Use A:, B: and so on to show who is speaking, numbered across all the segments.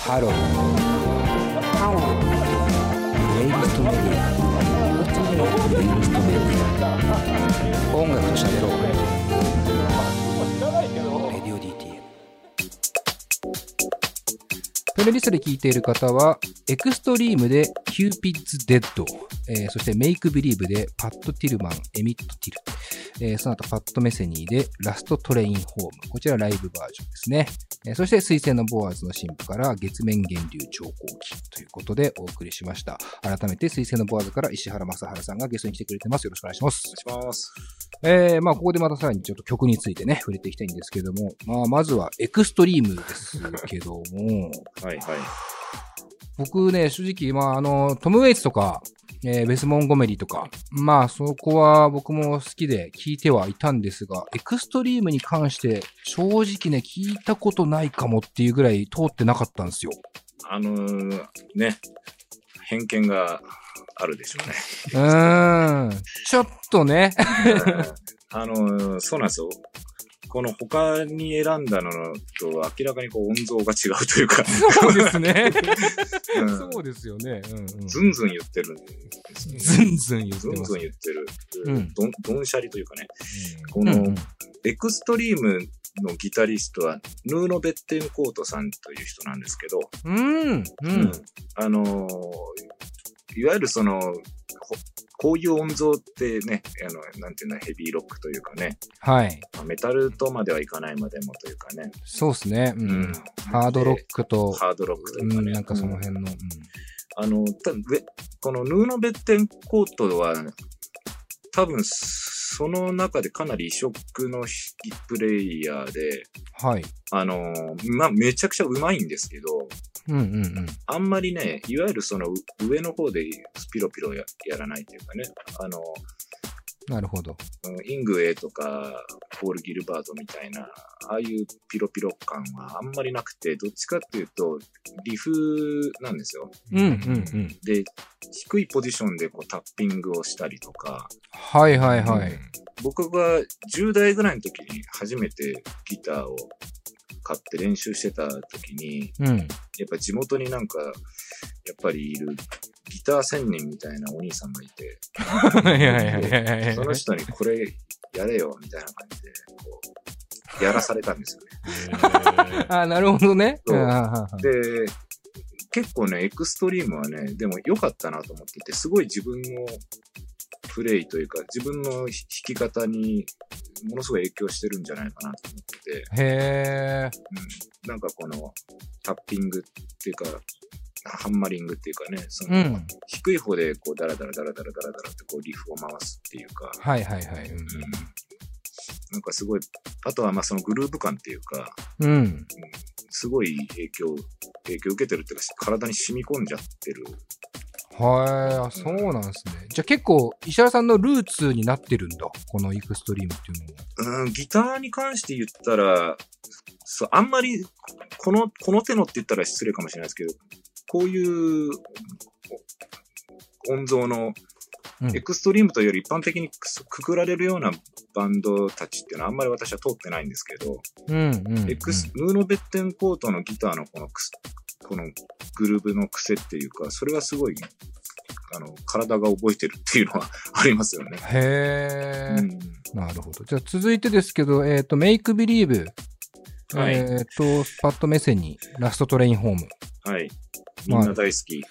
A: ハロー。ハロー。レイブストメディア。レイブストメディア。音楽と喋ろう。レディオ DTM。プレイリストで聴いている方は、エクストリームでキューピッズ・デッド、えーそしてメイク・ビリーブでパッド・ティルマン、エミット・ティル、えーその後パッド・メセニーでラスト・トレイン・ホーム、こちらライブバージョンですね。えーそして、水星のボアーズの神父から月面源流超高期ということでお送りしました。改めて、水星のボアーズから石原正治さんがゲストに来てくれてます。よろしくお願いします。
B: お願いします。
A: えー、まあ、ここでまたさらにちょっと曲についてね、触れていきたいんですけども、まあ、まずはエクストリームですけども、
B: はいはい。
A: 僕ね、正直、まあ、あの、トム・ウェイツとか、えーベス・モンゴメリーとか、まあ、そこは僕も好きで聞いてはいたんですが、エクストリームに関して、正直ね、聞いたことないかもっていうぐらい通ってなかったんですよ。
B: あのー、ね、偏見があるでしょう ね。
A: うーん。ちょっとね。
B: あのー、そうなんですよ。この他に選んだのと明らかにこう音像が違うというか、
A: そうですね。
B: うん
A: そうですよね。うんうん、
B: ずんずん言ってるんですよね。
A: ずんずん言って
B: ずん
A: ます。
B: ずん言ってる。
A: うん
B: どん、どんしゃりというかね。
A: うん
B: この
A: うんうん
B: エクストリームのギタリストは、ヌーノ・ベッテンコートさんという人なんですけど、
A: うん。うん。
B: あのーいわゆるその、ほこういう音像ってね、あの、なんていうんだ、ヘビーロックというかね、
A: はい。
B: まあメタルとまではいかないまでもというかね、
A: そうですね。う
B: うん
A: ん。ハードロックと、
B: ハードロックという
A: う
B: か
A: ん、
B: ね、
A: なんかその辺の。
B: あの、たでこのヌーノ・ベッテンコートは、多分その中でかなり異色のプレイヤーで、
A: うんはい。
B: あのーまあ、めちゃくちゃうまいんですけど、
A: うんうんうん。
B: あんまりね、いわゆるその上の方でピロピロややらないというかね、あのー
A: なるほど。
B: うんイングウェイとか、ポール・ギルバートみたいな、ああいうピロピロ感はあんまりなくて、どっちかっていうと、リフなんですよ。
A: うんうんうん。
B: で、低いポジションでこうタッピングをしたりとか、
A: はいはいはい。
B: 僕が10代ぐらいの時に初めてギターを買って練習してた時に、
A: う ん。
B: やっぱ地元になんか、やっぱりいるギター仙人みたいなお兄さんがいて、
A: はいはいはいはいはい。
B: その人にこれやれよみたいな感じで、こう、やらされたんですよね。
A: あ、なるほどね。
B: そう
A: あははは
B: で、結構ね、エクストリームはね、でも良かったなと思ってて、すごい自分のプレイというか、自分の弾き方にものすごい影響してるんじゃないかなと思ってて、
A: へえ。
B: うん、なんかこのタッピングっていうか、ハンマリングっていうかね、そうの
A: ん。
B: 低い方でこうダラダラダラダラダラダラってこうリフを回すっていうか、
A: はいはいはい。うん
B: うん、なんかすごい、あとはまあそのグルーヴ感っていうか、
A: うん。
B: すごい影響、影響受けてるっていうか、体に染み込んじゃってる。
A: はい。あ、そうなんですね。じゃあ結構、石原さんのルーツになってるんだ。このエクストリームっていうのは。
B: うん、ギターに関して言ったら、そう、あんまり、この、この手のって言ったら失礼かもしれないですけど、こういう、お音像の
A: うん
B: エクストリームというより一般的にくすくくられるようなバンドたちっていうのはあんまり私は通ってないんですけど、
A: うんうんうん。
B: エクス、ムーノベッテンコートのギターのこのくす、このグルーブの癖っていうか、それはすごい、あの、体が覚えてるっていうのはありますよね。
A: へえ。
B: うん
A: なるほど。じゃあ続いてですけど、えっ、と、メイクビリーブ。
B: はい
A: えっ、と、スパッド目線に、ラストトレインホーム。
B: はい。みんな大好き。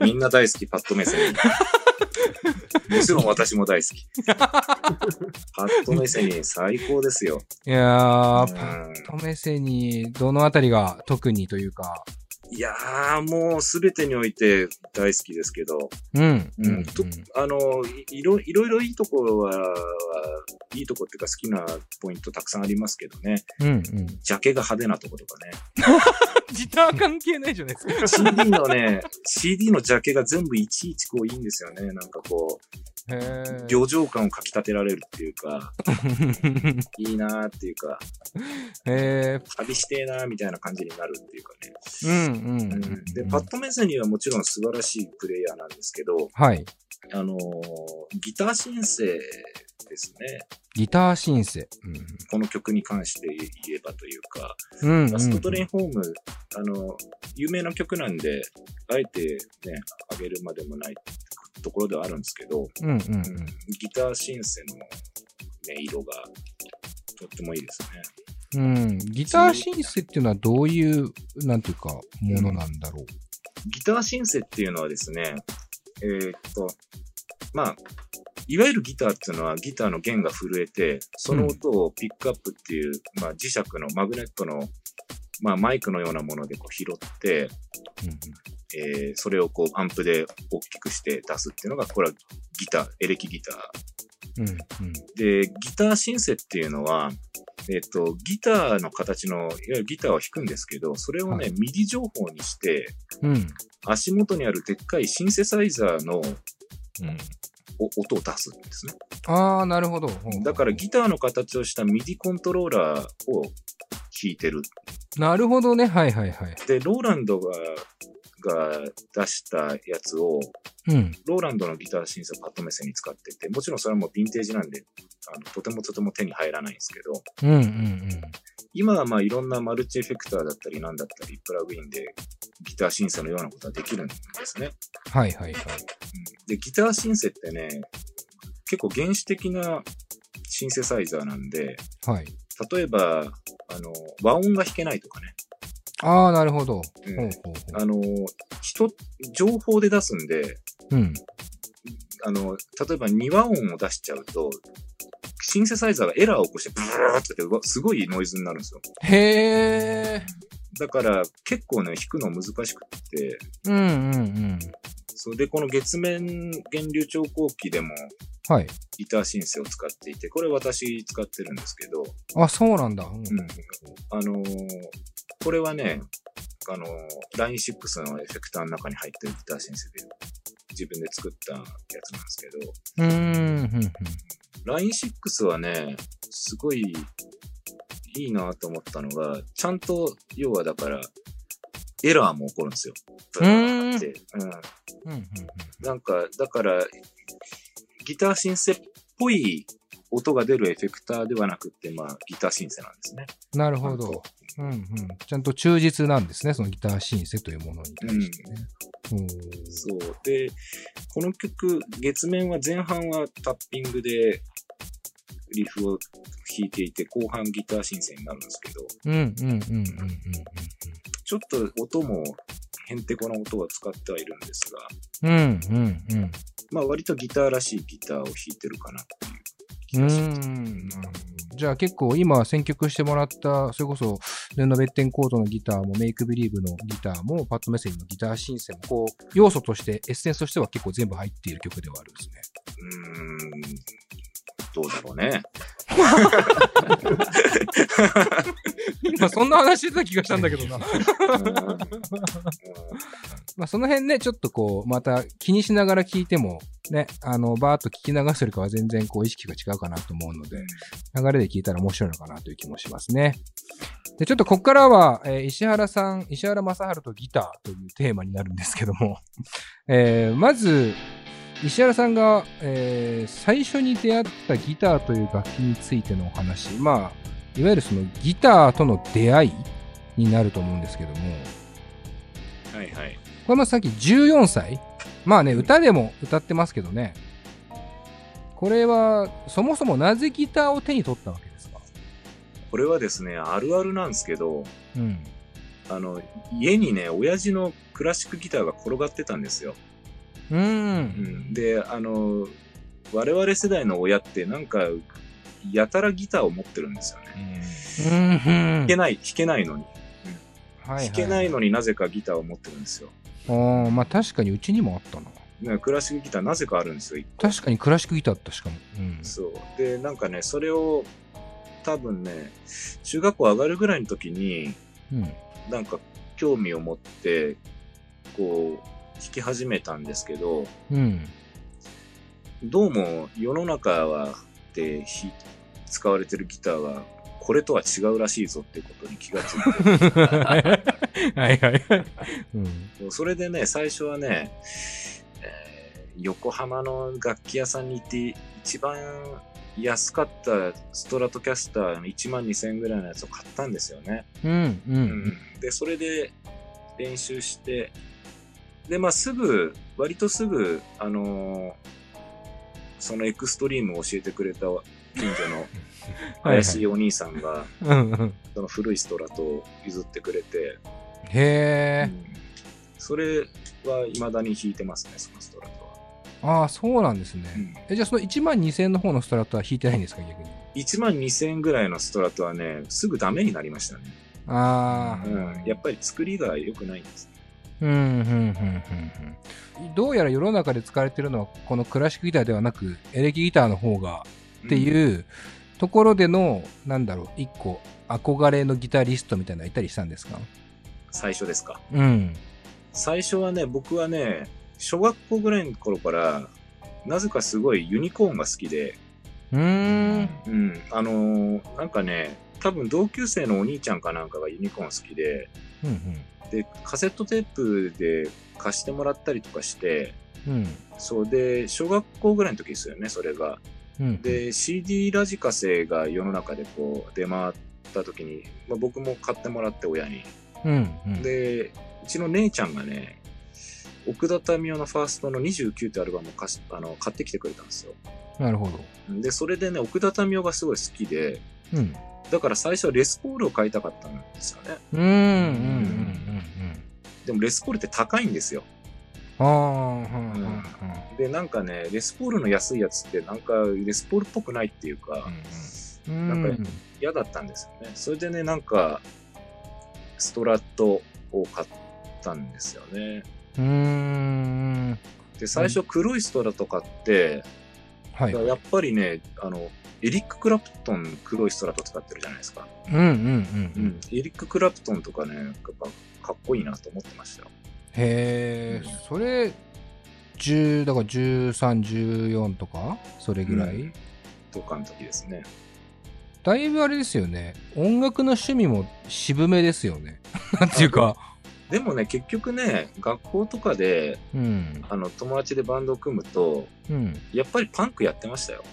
B: みんな大好き、パ ッド目線。もちろん私も大好き。パッド目線最高ですよ。
A: いやー、
B: うん
A: パッド目線に、どのあたりが特にというか、
B: いやー、もうすべてにおいて大好きですけど、
A: うん、
B: うんとあの、いいろいろいろいいところは、いいとこっていうか好きなポイントたくさんありますけどね。
A: うん、うん。
B: ジャケが派手なとことかね。
A: ギター関係ないじゃないですか。
B: CD のね、CD のジャケが全部いちいちこういいんですよね。なんかこ
A: へ
B: う、
A: ー
B: 旅情感をかき立てられるってい うか、いいなーっていうか、
A: へ
B: 旅してーなーみたいな感じになるっていうかね。
A: ーうん、うん。うん
B: で、パッドメセにはもちろん素晴らしいプレイヤーなんですけど、
A: はい。
B: あのーギター申請ですね。
A: ギターシンセ。
B: この曲に関して言えばというか、
A: うん。うん。
B: ラストトレイン
A: ン。
B: ホームあの、有名な曲なんで、あえてね、上げるまでもないところではあるんですけど、
A: うんうんうん。
B: うんギターシンセの、ね、色がとってもいいですね。
A: うん、ギターシンセっていうのはどういう、なんていうか、ものなんだろう。
B: ギターシンセっていうのはですね、えーっと、まあ、いわゆるギターっていうのはギターの弦が震えて、その音をピックアップっていう、まあ磁石のマグネットの、まあマイクのようなものでこう拾って、
A: うんうん
B: えーそれをこうアンプで大きくして出すっていうのが、これはギター、エレキギター
A: うん
B: で、ギターシンセっていうのは、えっと、ギターの形の、いわゆるギターを弾くんですけど、それをね、
A: はい
B: ミディ情報にして、
A: うん。うん。
B: 足元にあるでっかいシンセサイザーの
A: うん、
B: お音を出すんですね。
A: ああ、なるほど。
B: だからギターの形をしたミディコントローラーを弾いてる。
A: なるほどね。はいはいはい。
B: で、ローランドが、が出したやつを、
A: うん。
B: ローランドのギターシンセをパッド目線に使ってて、もちろんそれはもうヴィンテージなんで、あのとてもとても手に入らないんですけど、
A: うんうんうん。
B: 今はまあいろんなマルチエフェクターだったりなんだったり、プラグインでギターシンセのようなことはできるんですね。
A: はいはいはい。
B: うんで、ギターシンセってね、結構原始的なシンセサイザーなんで、
A: はい。
B: 例えば、あの、和音が弾けないとかね。
A: ああ、なるほど。
B: うん
A: ほうほうほ
B: あの、人、情報で出すんで、
A: う。うん。
B: あの、例えば2和音を出しちゃうと、シンセサイザーがエラーを起こしてブルーってやってうわ、すごいノイズになるんですよ。
A: へえ。
B: だから結構ね、弾くの難しくって、
A: うんうんうん。
B: それでこの月面源流調光器でも
A: はい。
B: ギターシンセを使っていて、これ私使ってるんですけど、
A: あ、そうなんだ。うん
B: うんあのーこれはね、あのー、LINE6 のエフェクターの中に入ってるギターシンセで自分で作ったやつなんですけど、
A: うーん。うんうん
B: LINE6 はね、すごいいいなと思ったのが、ちゃんと、要はだから、エラーも起こるんですよ。ブーンって。うん
A: うんうん
B: なんか、だから、ギターシンセっぽい音が出るエフェクターではなくって、まあ、ギターシンセなんですね。
A: うん。なるほど。うんうん。ちゃんと忠実なんですね。そのギターシンセというものに対してね。うん。
B: そう。で、この曲、月面は前半はタッピングで、リフを弾いていて、後半ギターシンセになるんですけど、
A: うんうんうんうんうんうん。
B: ちょっと音も、へんてこな音は使ってはいるんですが、
A: うんうんうん。
B: まあ割とギターらしいギターを弾いてるかなっていう
A: う
B: 気がします。
A: ーんなるほどじゃあ結構今選曲してもらった、それこそ、ルノベッテンコートのギターも、メイクビリーブのギターも、パッドメッセージのギターシンセも、こう、要素として、エッセンスとしては結構全部入っている曲ではあるんですね。
B: うーん、どうだろうね。
A: まあそんな話してた気がしたんだけどな。
B: うん
A: まあその辺ね、ちょっとこう、また気にしながら聞いても、ね、あの、バーっと聞き流すよりかは全然こう意識が違うかなと思うので、流れで聞いたら面白いのかなという気もしますね。で、ちょっとここからは、えー石原さん、石原正治とギターというテーマになるんですけども、 えーまず、石原さんが、えー最初に出会ったギターという楽器についてのお話、まあ、いわゆるそのギターとの出会いになると思うんですけども、
B: はいはい。
A: これもさっき14歳まあね、歌でも歌ってますけどね、これはそもそもなぜギターを手に取ったわけですか
B: これはですね、あるあるなんですけど、
A: うん。
B: あの、家にね、親父のクラシックギターが転がってたんですよ。
A: う。
B: うんん、で、あの、我々世代の親ってなんか、やたらギターを持ってるんですよね。
A: うん。
B: 弾
A: 弾
B: けない、弾けないのに。
A: は
B: 弾けない
A: の。
B: のになぜかギターを持ってるんですよ。
A: ああ、まあ確かにうちにもあったな。
B: ねクラシックギターなぜかあるんですよ。
A: 確かにクラシックギターだったしかも。うん。
B: そう。で、なんかね、それを、多分ね、中学校上がるぐらいの時に、
A: うん。
B: なんか興味を持って、こう、弾き始めたんですけど、
A: うん。
B: どうも世の中はで弾使われてるギターはこれとは違うらしいぞってことに気がついて
A: はいはいはい。うん。
B: もうそれでね最初はね、えー横浜の楽器屋さんに行って一番安かったストラトキャスターの1万2000円ぐらいのやつを買ったんですよね、
A: うん。うん。
B: でそれで練習して、で、まあ、すぐ、割とすぐ、あのーそのエクストリームを教えてくれた近所の怪しいお兄さんが、
A: うんうん。
B: その古いストラトを譲ってくれて、う
A: へえ。
B: んそれは未だに弾いてますね、そのストラトは。
A: ああ、そうなんですね。え、じゃあその1万2000の方のストラトは弾いてないんですか、逆に。
B: 1万2000円ぐらいのストラトはね、すぐダメになりましたね。
A: ああ。
B: うん、やっぱり作りが良くないんです。
A: うん、うん、うん、うんうん。どうやら世の中で使われてるのは、このクラシックギターではなく、エレキギターの方がって
B: うん。
A: いうところでの、なんだろう、一個、憧れのギタリストみたいなのいたりしたんですか
B: 最初ですか。
A: うん。
B: 最初はね、僕はね、小学校ぐらいの頃から、なぜかすごいユニコーンが好きで、
A: うーん。
B: うん、あのーなんかね、多分同級生のお兄ちゃんかなんかがユニコーン好きで、
A: うん、
B: で、カセットテープで貸してもらったりとかして、
A: うん。うん。
B: そうで、小学校ぐらいの時ですよね、それが。
A: うん、
B: で、CD ラジカセが世の中でこう出回った時に、まあ、僕も買ってもらって親に。
A: うん、うん。
B: で、うちの姉ちゃんがね、奥田民生のファーストの29ってアルバムを貸しあの買ってきてくれたんですよ。
A: なるほど。
B: で、それでね、奥田民生がすごい好きで、
A: うん。
B: だから最初はレスポールを買いたかったんですよね。
A: うん、うん、うん、うん。
B: でもレスポールって高いんですよ。
A: ああ、うん、うん、うん。
B: で、なんかね、レスポールの安いやつってなんかレスポールっぽくないっていうか、
A: うん、
B: なんか嫌だったんですよね。それでね、なんか、ストラットを買ったんですよね。
A: うーん。
B: で、最初黒いストラト買って、
A: はい。
B: だからやっぱりね、あの、エリック・クラプトン黒いストラト使ってるじゃないですか。
A: うんうんうん。
B: エリック・クラプトンとかね、やっぱかっこいいなと思ってましたよ。
A: へえ
B: うん、
A: それ、10、だから13、14とか、それぐらい、
B: うんとかの時ですね。
A: だいぶあれですよね。音楽の趣味も渋めですよね。 なんていうか。
B: でもね、結局ね、学校とかで、
A: うん。
B: あの、友達でバンドを組むと、
A: うん。
B: やっぱりパンクやってましたよ。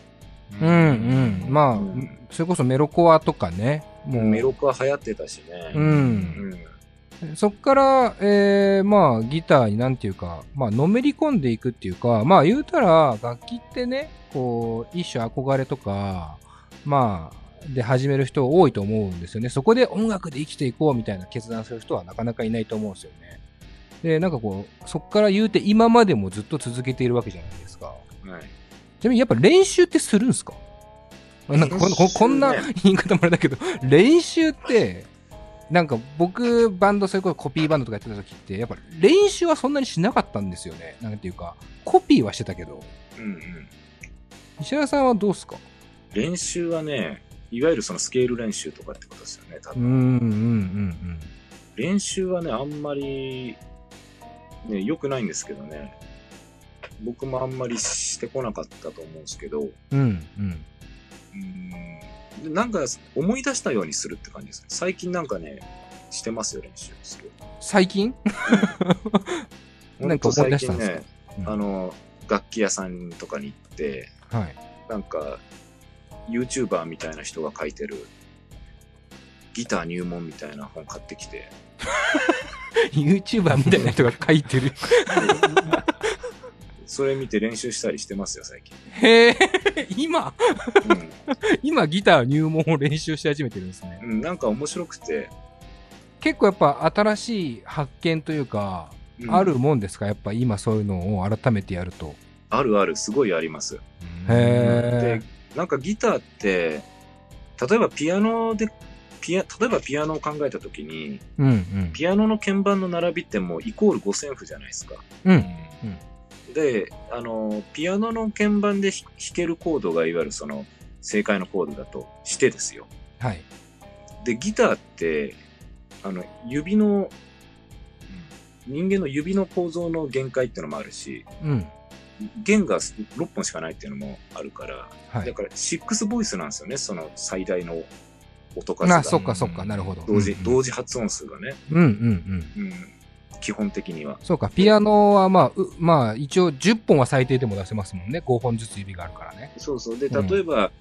A: うんうん。まあ、
B: うん
A: それこそメロコアとかね。もう
B: メロクは流行ってたしね。
A: う。
B: うんん
A: そっから、えー、まあ、ギターになんていうか、まあ、のめり込んでいくっていうか、まあ、言うたら、楽器ってね、こう、一種憧れとか、まあ、で始める人多いと思うんですよね。そこで音楽で生きていこうみたいな決断する人はなかなかいないと思うんですよね。で、なんかこう、そっから言うて今までもずっと続けているわけじゃないですか。
B: はい。
A: ちなみにやっぱ練習ってするんですかなんかこんここんな
B: 練習
A: 言い方もあれだけど、練習って、なんか僕、バンド、それこそコピーバンドとかやってた時って、やっぱ練習はそんなにしなかったんですよね。なんていうか、コピーはしてたけど、
B: うんうん。
A: 石原さんはどうっすか
B: 練習はね、いわゆるそのスケール練習とかってことですよね、多分。
A: んうんうん
B: 練習はね、あんまり、ね、良くないんですけどね。僕もあんまりしてこなかったと思うんですけど、う
A: うん。うんうん。
B: ーんなんか思い出したようにするって感じですね。最近なんかね、してますよ、練習する。
A: 最近なんか思い出したんですか
B: ほと最近ね、あの、楽器屋さんとかに行って、
A: はい。
B: なんか、YouTuber みたいな人が書いてる、ギター入門みたいな本買ってきて、
A: YouTuber みたいな人が書いて る。
B: それ見て練習したりしてますよ、最近。
A: へえ、今、
B: うん
A: 今ギター入門を練習し始めてるんですね。
B: うん、なんか面白くて、
A: 結構やっぱ新しい発見というか、
B: うん
A: あるもんですかやっぱ今そういうのを改めてやると。
B: あるあるすごいあります
A: へ
B: でなんかギターって例えばピアノでピア例えばピアノを考えた時に
A: うんうん。
B: ピアノの鍵盤の並びってもうイコール五線譜じゃないですか
A: うん。
B: であのピアノの鍵盤でひ弾けるコードがいわゆるその正解のコードだとしてですよ
A: はい。
B: でギターってあの指の人間の指の構造の限界っていうのもあるし
A: うん。
B: 弦が6本しかないっていうのもあるから
A: は
B: だ
A: い。
B: から、シックスボイスなんですよね、その最大の音数
A: あ、
B: が。
A: そっかそっか、なるほど。
B: 同時、
A: うん
B: 同時発音数がね、
A: うんうんうん。
B: うん、基本的には。
A: そうか、ピアノはまあ、うまあ、一応10本は最低でも出せますもんね。5本ずつ指があるからね。
B: そうそう。で、
A: うん
B: 例えば、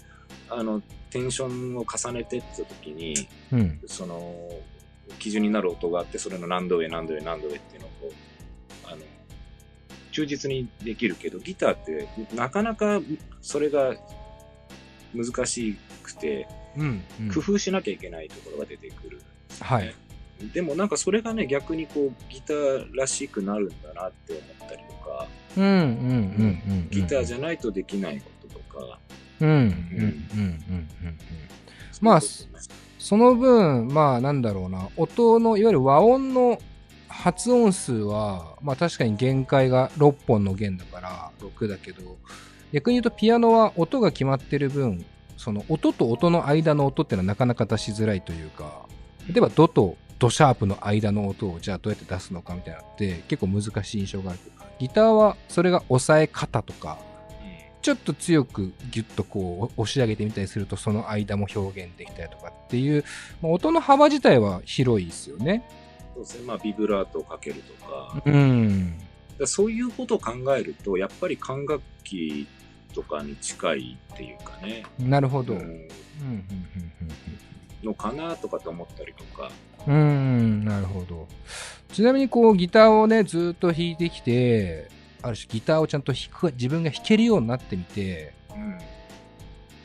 B: あの、テンションを重ねてって時に、
A: うん。
B: その、基準になる音があって、それの何度上、何度上、何度上っていうのをこう、あの、忠実にできるけど、ギターってなかなかそれが難しくて、
A: うん、うん
B: 工夫しなきゃいけないところが出てくる。
A: はい。
B: でもなんかそれがね、逆にこう、ギターらしくなるんだなって思ったりとか、
A: うんうんうんうんうん。
B: ギターじ
A: ゃ
B: ゃないとできないこととか、
A: うんうんうんうんうんうん。まあ
B: そういうことね
A: その分、まあなんだろうな、音の、いわゆる和音の発音数は、まあ確かに限界が6本の弦だから6だけど、逆に言うとピアノは音が決まってる分、その音と音の間の音っていうのはなかなか出しづらいというか、例えばドとドシャープの間の音をじゃあどうやって出すのかみたいなのって結構難しい印象があるというか、ギターはそれが押さえ方とか、ちょっと強くギュッとこう押し上げてみたりするとその間も表現できたりとかっていう、まあ音の幅自体は広いですよね。
B: そうですね。まあ、ビブラートをかけるとか、
A: うん。
B: だからそういうことを考えると、やっぱり管楽器とかに近いっていうかね、
A: なるほど。
B: う
A: うん
B: ん
A: うん
B: のかなとかと思ったりとか、
A: うんうんうんなるほど。ちなみにこうギターをねずっと弾いてきて、ある種ギターをちゃんと弾く自分が弾けるようになってみて、
B: うん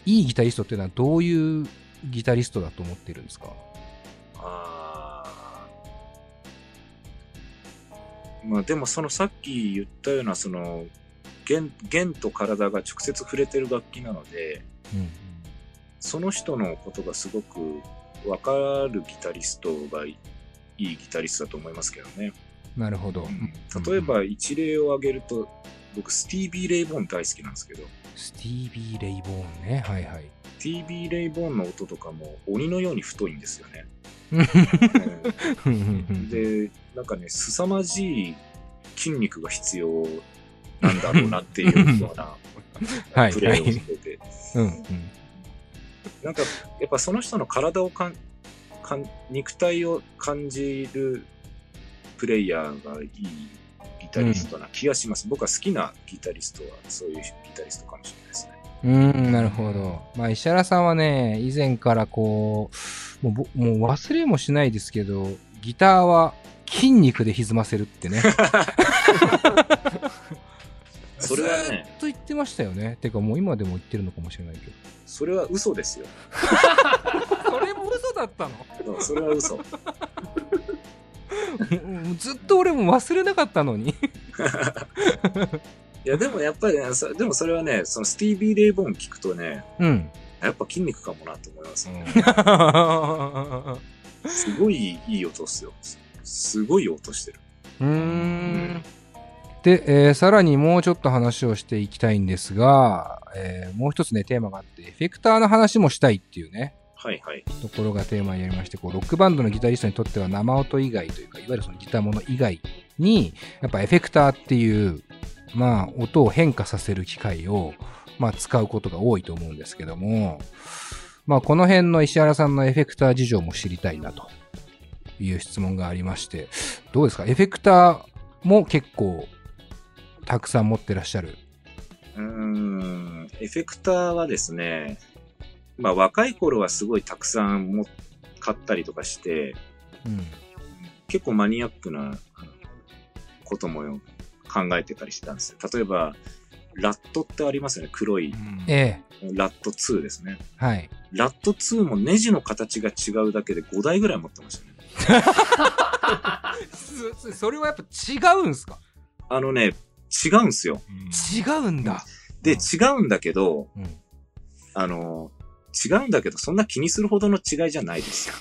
A: いいギタリストっていうのはどういうギタリストだと思ってるんですか
B: あーまあでもそのさっき言ったようなその弦弦と体が直接触れてる楽器なので
A: うん。
B: その人のことがすごく分かるギタリストがいいいギタリストだと思いますけどね、
A: なるほど。
B: 例えば一例を挙げると僕スティービー・レイボーン大好きなんですけど
A: スティービー・レイボーンね。はいはい。
B: TB レイボーンの音とかも鬼のように太いんですよね。
A: うん
B: う
A: うんうんうんん
B: で、なんかね、凄まじい筋肉が必要なんだろうなっていうような
A: はい
B: プレイをしてて、
A: うんうん
B: なんかやっぱその人の体をかんかん肉体を感じるプレイヤーがいいギタリストな気がします。僕は好きなギタリストはそういうギタリストかもしれないですね。
A: うーん、なるほど。まあ、石原さんはね、以前からこう、もうぼ、もう忘れもしないですけど、ギターは筋肉で歪ませるってね。
B: それはね
A: ずーっと言ってましたよね。てか、もう今でも言ってるのかもしれないけど。
B: それは嘘ですよ。
A: それも嘘だったの
B: うんそれは嘘。
A: ずっと俺も忘れなかったのに。
B: いや、でもやっぱりね、そでもそれはね、そのスティービー・レイボーン聞くとね、
A: うん。
B: やっぱ筋肉かもなと思います。
A: う
B: すごいいい音っすよ。すごい音してる。
A: ーん。で、えーさらにもうちょっと話をしていきたいんですが、えーもう一つね、テーマがあって、エフェクターの話もしたいっていうね。
B: はいはい。
A: ところがテーマにありましてこうロックバンドのギタリストにとっては生音以外というかいわゆるそのギターもの以外にやっぱエフェクターっていう、まあ、音を変化させる機械を、まあ、使うことが多いと思うんですけども、まあ、この辺の石原さんのエフェクター事情も知りたいなという質問がありましてどうですかエフェクターも結構たくさん持ってらっしゃる。
B: うーん、エフェクターはですね、まあ若い頃はすごいたくさんも買ったりとかして、
A: うん
B: 結構マニアックなあのこともよ考えてたりしてたんですよ。例えば、ラットってありますよね。黒い。
A: ええ
B: ラット2ですね。
A: はい。
B: ラット2もネジの形が違うだけで5台ぐらい持ってましたね。
A: そ れはやっぱ違うんすか
B: あのね、違うんすよ。
A: 違うんだ。
B: で、
A: うん
B: 違うんだけど、
A: うん
B: あの、違うんだけど、そんな気にするほどの違いじゃないで すよ。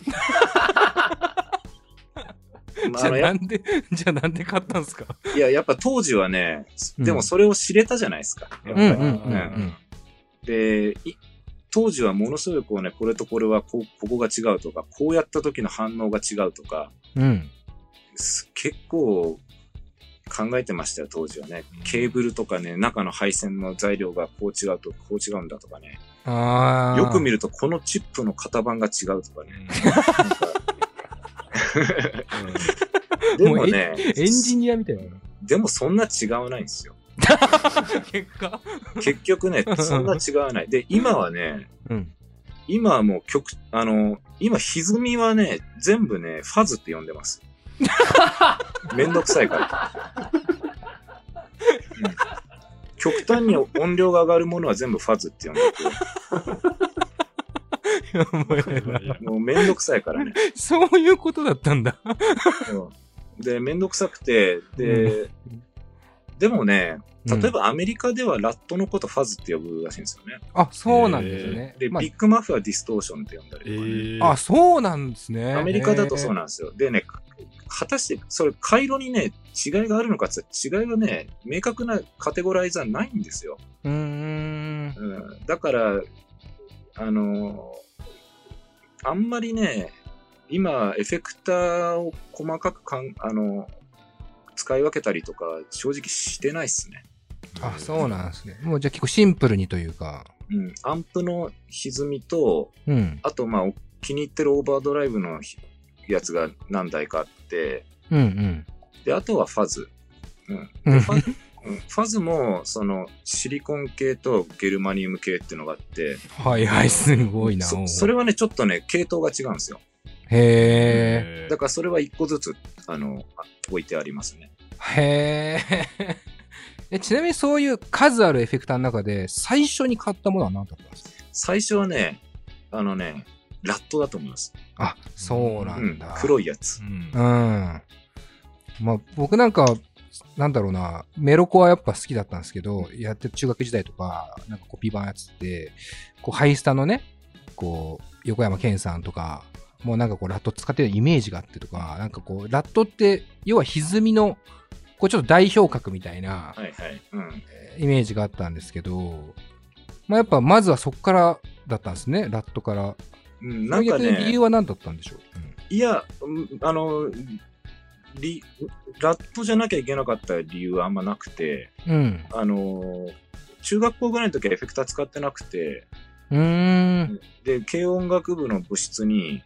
B: まあ、
A: じ
B: あ
A: ゃ
B: の
A: あ
B: や
A: なんで、 じゃあなんで買ったんですか
B: いや、やっぱ当時はね、
A: うん
B: でもそれを知れたじゃないですか。や
A: う
B: っぱ
A: ん
B: り
A: うんうんうん
B: で、い当時はものすごいこうね、これとこれはこうここが違うとか、こうやった時の反応が違うとか、
A: うん。
B: す結構考えてましたよ、当時はね。ケーブルとかね、中の配線の材料がこう違うと、こう違うんだとかね。
A: ああ。
B: よく見
A: る。
B: ると、このチップの型番が違うとかね。でもね、
A: エンジニアみたいな。
B: でもそんな違わないんですよ。
A: 結果
B: 結局ね、そんな違わない。で、今はね、
A: うん。
B: 今はもう曲、あの、今、歪みはね、全部ね、ファズって呼んで ます。めんどくさいから。うん極端に音量が上がるものは全部ファズって呼んでて、
A: やばいな
B: もうめんどくさいからね。
A: そういうことだったんだ。
B: うんで、めんどくさくて、で、でもね、例えばアメリカではラットのことファズって呼ぶらしいんですよね。
A: うん、あ、そうなんですね。
B: で、
A: ま
B: ビッグマフはディストーションって呼んだり
C: え
B: とかね。
C: ー、
A: あ、あ、そうなんですね。
B: アメリカだとそう
A: なん
B: なんですよ。でね、果たしてそれ、回路にね、違いがあるのかって言ったら違いがね、明確なカテゴライザーないんですよ。
A: うーん。
B: うん、だから、あの、あんまりね、今、エフェクターを細かくかん、あの、使い分けたりとか、正直してないっすね。
A: あ、そうなんですね。もうじゃあ結構シンプルにというか。
B: うん、アンプの歪みと、
A: うん。
B: あと、まあ、お気に入ってるオーバードライブのひやつが何台かあって、
A: うんうん。
B: で、あとはファズ。
A: うん
B: ファうんファズも、その、シリコン系とゲルマニウム系っていうのがあって、
A: はいはい、すごいな。
B: そそれはね、ちょっとね、系統が違うんですよ。
A: へ
C: え
B: だからそれは一個ずつ、あの、あ置いてありますね。
A: ー。へー。 えちなみにそういう数あるエフェクターの中で最初に買ったものは何だったんですか
B: 最初はね、あのね、ラットだと思います。
A: あ、そうな
B: うんん
A: だ。、
B: 黒いやつ
C: う。ん
A: うん。まあ僕なんか、なんだろうな、メロコはやっぱ好きだったんですけど、やって中学時代とか、なんかコピー版やってて、こうハイスタのね、こう、横山健さんとか、もうなんかこうラット使ってるイメージがあってとか、なんかこう、ラットって、要は歪みの、こうちょっと代表格みたいな
B: はいはい。うん。
A: えーイメージがあったんですけど、まあやっぱまずはそこからだったんですね、ラットから。
B: うん、なんか
A: 逆に理由
B: ね、
A: は何だったんでしょう、うん
B: いや、うんあの、リラットじゃなきゃいけなかった理由はあんまなくて、
A: うん。
B: あの、中学校ぐらいの時はエフェクター使ってなくて、
A: うーん。
B: で、軽音楽部の部室に、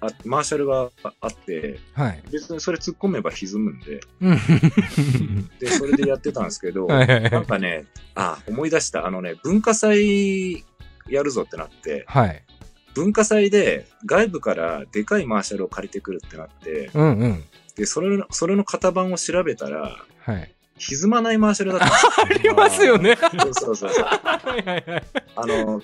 B: あマーシャルがあって、
A: はい。
B: 別にそれ突っ込めば歪むんで、
A: うん。
B: で、それでやってたんです けど、
A: はいはいは
B: ないん。かね、あ、思い出した。あのね、文化祭やるぞってなって、
A: はい。
B: 文化祭で外部からでかいマーシャルを借りてくるってなって、
A: うんうん。
B: で、それの、それの型番を調べたら、
A: はい。
B: 歪まないマーシャルだった
A: ありますよね。
B: んですよ。そうそうそう。
A: はいはいはい。
B: あの、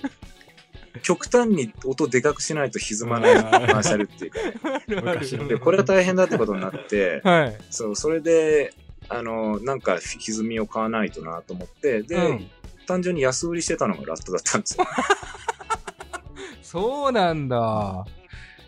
B: 極端に音でかくしないと歪まないマーシャルっていうか、ね、
A: あるある
C: 昔の
B: で、これは大変だってことになって、
A: はい。
B: そう、それで、あの、なんか歪みを買わないとなと思って、で、
A: うん
B: 単純に安売りしてたのがラットだったんですよ。
A: そうなんだ。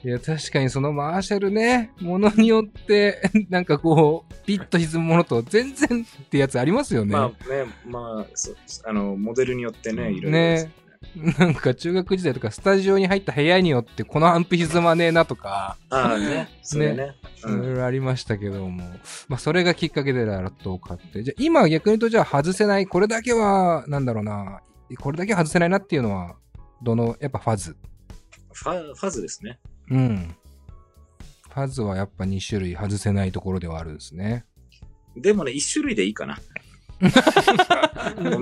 A: いや、確かにそのマーシャルね、ものによって、なんかこう、ピッと歪むものと全然ってやつありますよね。
B: まあね、まあ、そうあの、モデルによってね、いろいろですよ
A: ね
B: ね。
A: なんか中学時代とかスタジオに入った部屋によってこのアンプ歪まねえなとか、
B: ああね、それね。
A: いうろ
B: ん
A: いろありましたけども、まあそれがきっかけでラットを買って、じゃあ今逆に言うとじゃあ外せない、これだけは、なんだろうな、これだけは外せないなっていうのは、どの、やっぱファズ。
B: ファファズですね。
A: うん。ファズはやっぱ2種類外せないところではあるんですね。
B: でもね、一種類でい いかな。本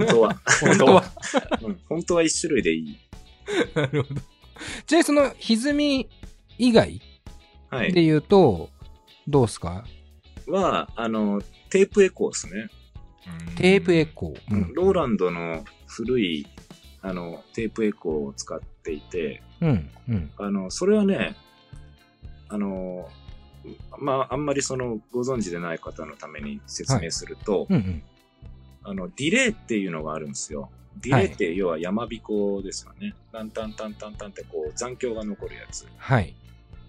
B: 当は。
A: 本当は。
B: うん本当は一種類でいい。
A: なるほど。じゃあその歪み以外
B: は
A: で
B: い。
A: 言うと、どうすか
B: は、あの、テープエコーですね。
A: テープエコー。うん。
B: ローランドの古い、あの、テープエコーを使っていて、
A: うん。うん。
B: あの、それはね、あの、まあ、あんまりその、ご存知でない方のために説明すると、
A: うんうん。
B: あの、ディレイっていうのがあるんですよ。ディレイって要は山びこですよね。タンタンタンタンタンってこう残響が残るやつ。
A: はい。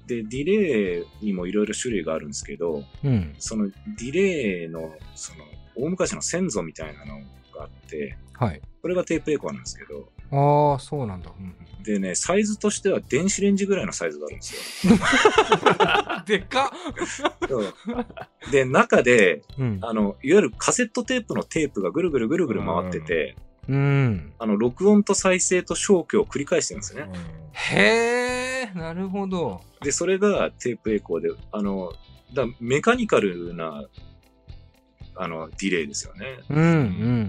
B: で、ディレイにもいろいろ種類があるんですけど、
A: うん。
B: そのディレイの、その、大昔の先祖みたいなのがあって、
A: はい。
B: これがテープエコーなんですけど、
A: ああ、そうなんだ。うん
B: でね、サイズとしては電子レンジぐらいのサイズがあるんですよ。
A: うん、でか
B: そうで、中で、
A: うん。
B: あの、いわゆるカセットテープのテープがぐるぐるぐるぐる回ってて、
A: うん。
B: あの、録音と再生と消去を繰り返してるんですよね。
A: へえ、なるほど。
B: で、それがテープエコーで、あの、だメカニカルな、あの、ディレイですよね。
A: うんう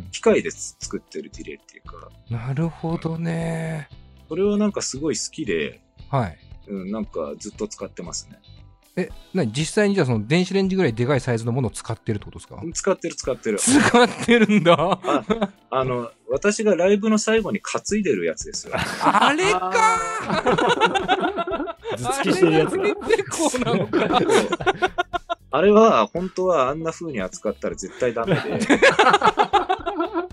A: ん。
B: 機械でつ作ってるディレイっていうか、
A: なるほどね。
B: それはなんかすごい好きで、
A: はい。
B: うん、なんかずっと使ってますね。
A: え、なに実際にじゃあその電子レンジぐらいでかいサイズのものを使ってるってことですか
B: 使ってる使ってる。
A: 使ってるんだ。
B: あの、私がライブの最後に担いでるやつですよ。
A: あれか
C: 頭突きしてるやつ
A: あ
C: が
A: れが出てこなのか。
B: あれは、本当はあんな風に扱ったら絶対ダメで、
C: 頭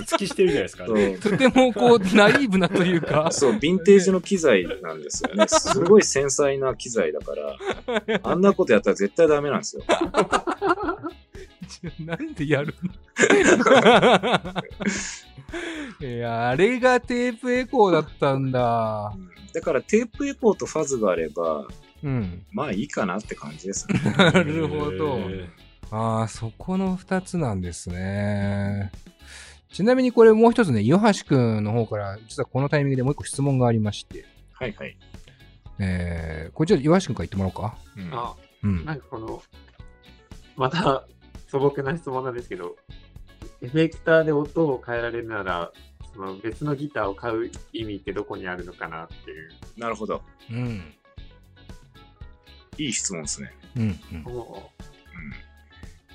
C: 突きしてるじゃないですか。
B: そう
A: とてもこう、ナイーブなというか。
B: そう、ヴィンテージの機材なんですよ ね。すごい繊細な機材だから、あんなことやったら絶対ダメなんですよ。
A: なんでやるの いや、あれがテープエコーだったんだ
B: う。んだからテープエコーとファズがあれば、
A: うん。
B: まあいいかなって感じです ね。
A: なるほど
C: へ。ー
A: ああ、そこの2つなんですね。ちなみにこれもう一つね、ヨハシ君の方から、実はこのタイミングでもう一個質問がありまして、
B: はいはい。
A: えー、これちら、ヨハシ君から言ってもらおうか。
C: うん
D: あ、
A: うん。
D: なんかこの、また素朴な質問なんですけど、エフェクターで音を変えられるなら、その別のギターを買う意味ってどこにあるのかなっていう。
B: なるほど。
A: うん。
B: いい質問ですね。
A: うん。 うん
D: お
B: うん。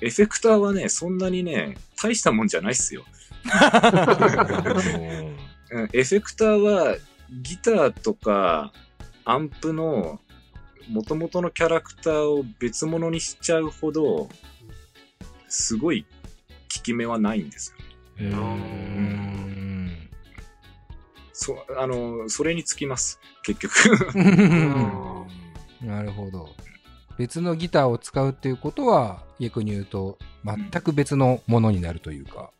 B: エフェクターはね、そんなにね、大したもんじゃないっすよ。うん、エフェクターはギターとかアンプの元々のキャラクターを別物にしちゃうほどすごい効き目はないんです
A: う
B: よ。
A: ー
B: そあのそれにつきます結局
A: ん。
D: お
A: なるほど。別のギターを使うっていうことは、逆に言うと、全く別のものになるというか。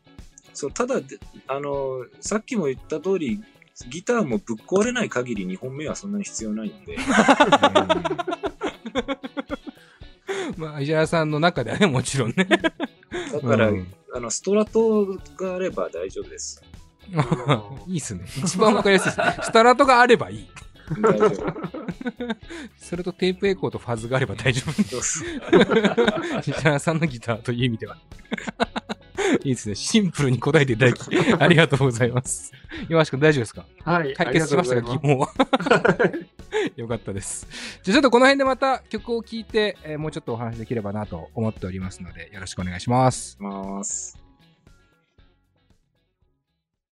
B: そうただであのさっきも言った通りギターもぶっ壊れない限り2本目はそんなに必要な いんで
A: まあ、石原さんの中ではね、もちろんね。
B: だから、
A: うん
B: あのストラトがあれば大丈夫です
A: いいっすね。一番わかりやすいっす。スタラトがあればいい。
B: 大 丈夫
A: それとテープエコーとファズがあれば大丈夫。
B: どうす
A: 石原さんのギターという意味では。いいですね。シンプルに答えていただき、ありがとうございます。岩橋君大丈夫ですか
D: はい、
A: 解決しました
D: あ
A: か
D: りがと
A: 疑
D: うござ
A: 問
D: い
A: は。よかったです。じゃあちょっとこの辺でまた曲を聴いて、えーもうちょっとお話できればなと思っておりますので、よろしくお願いします。
B: ます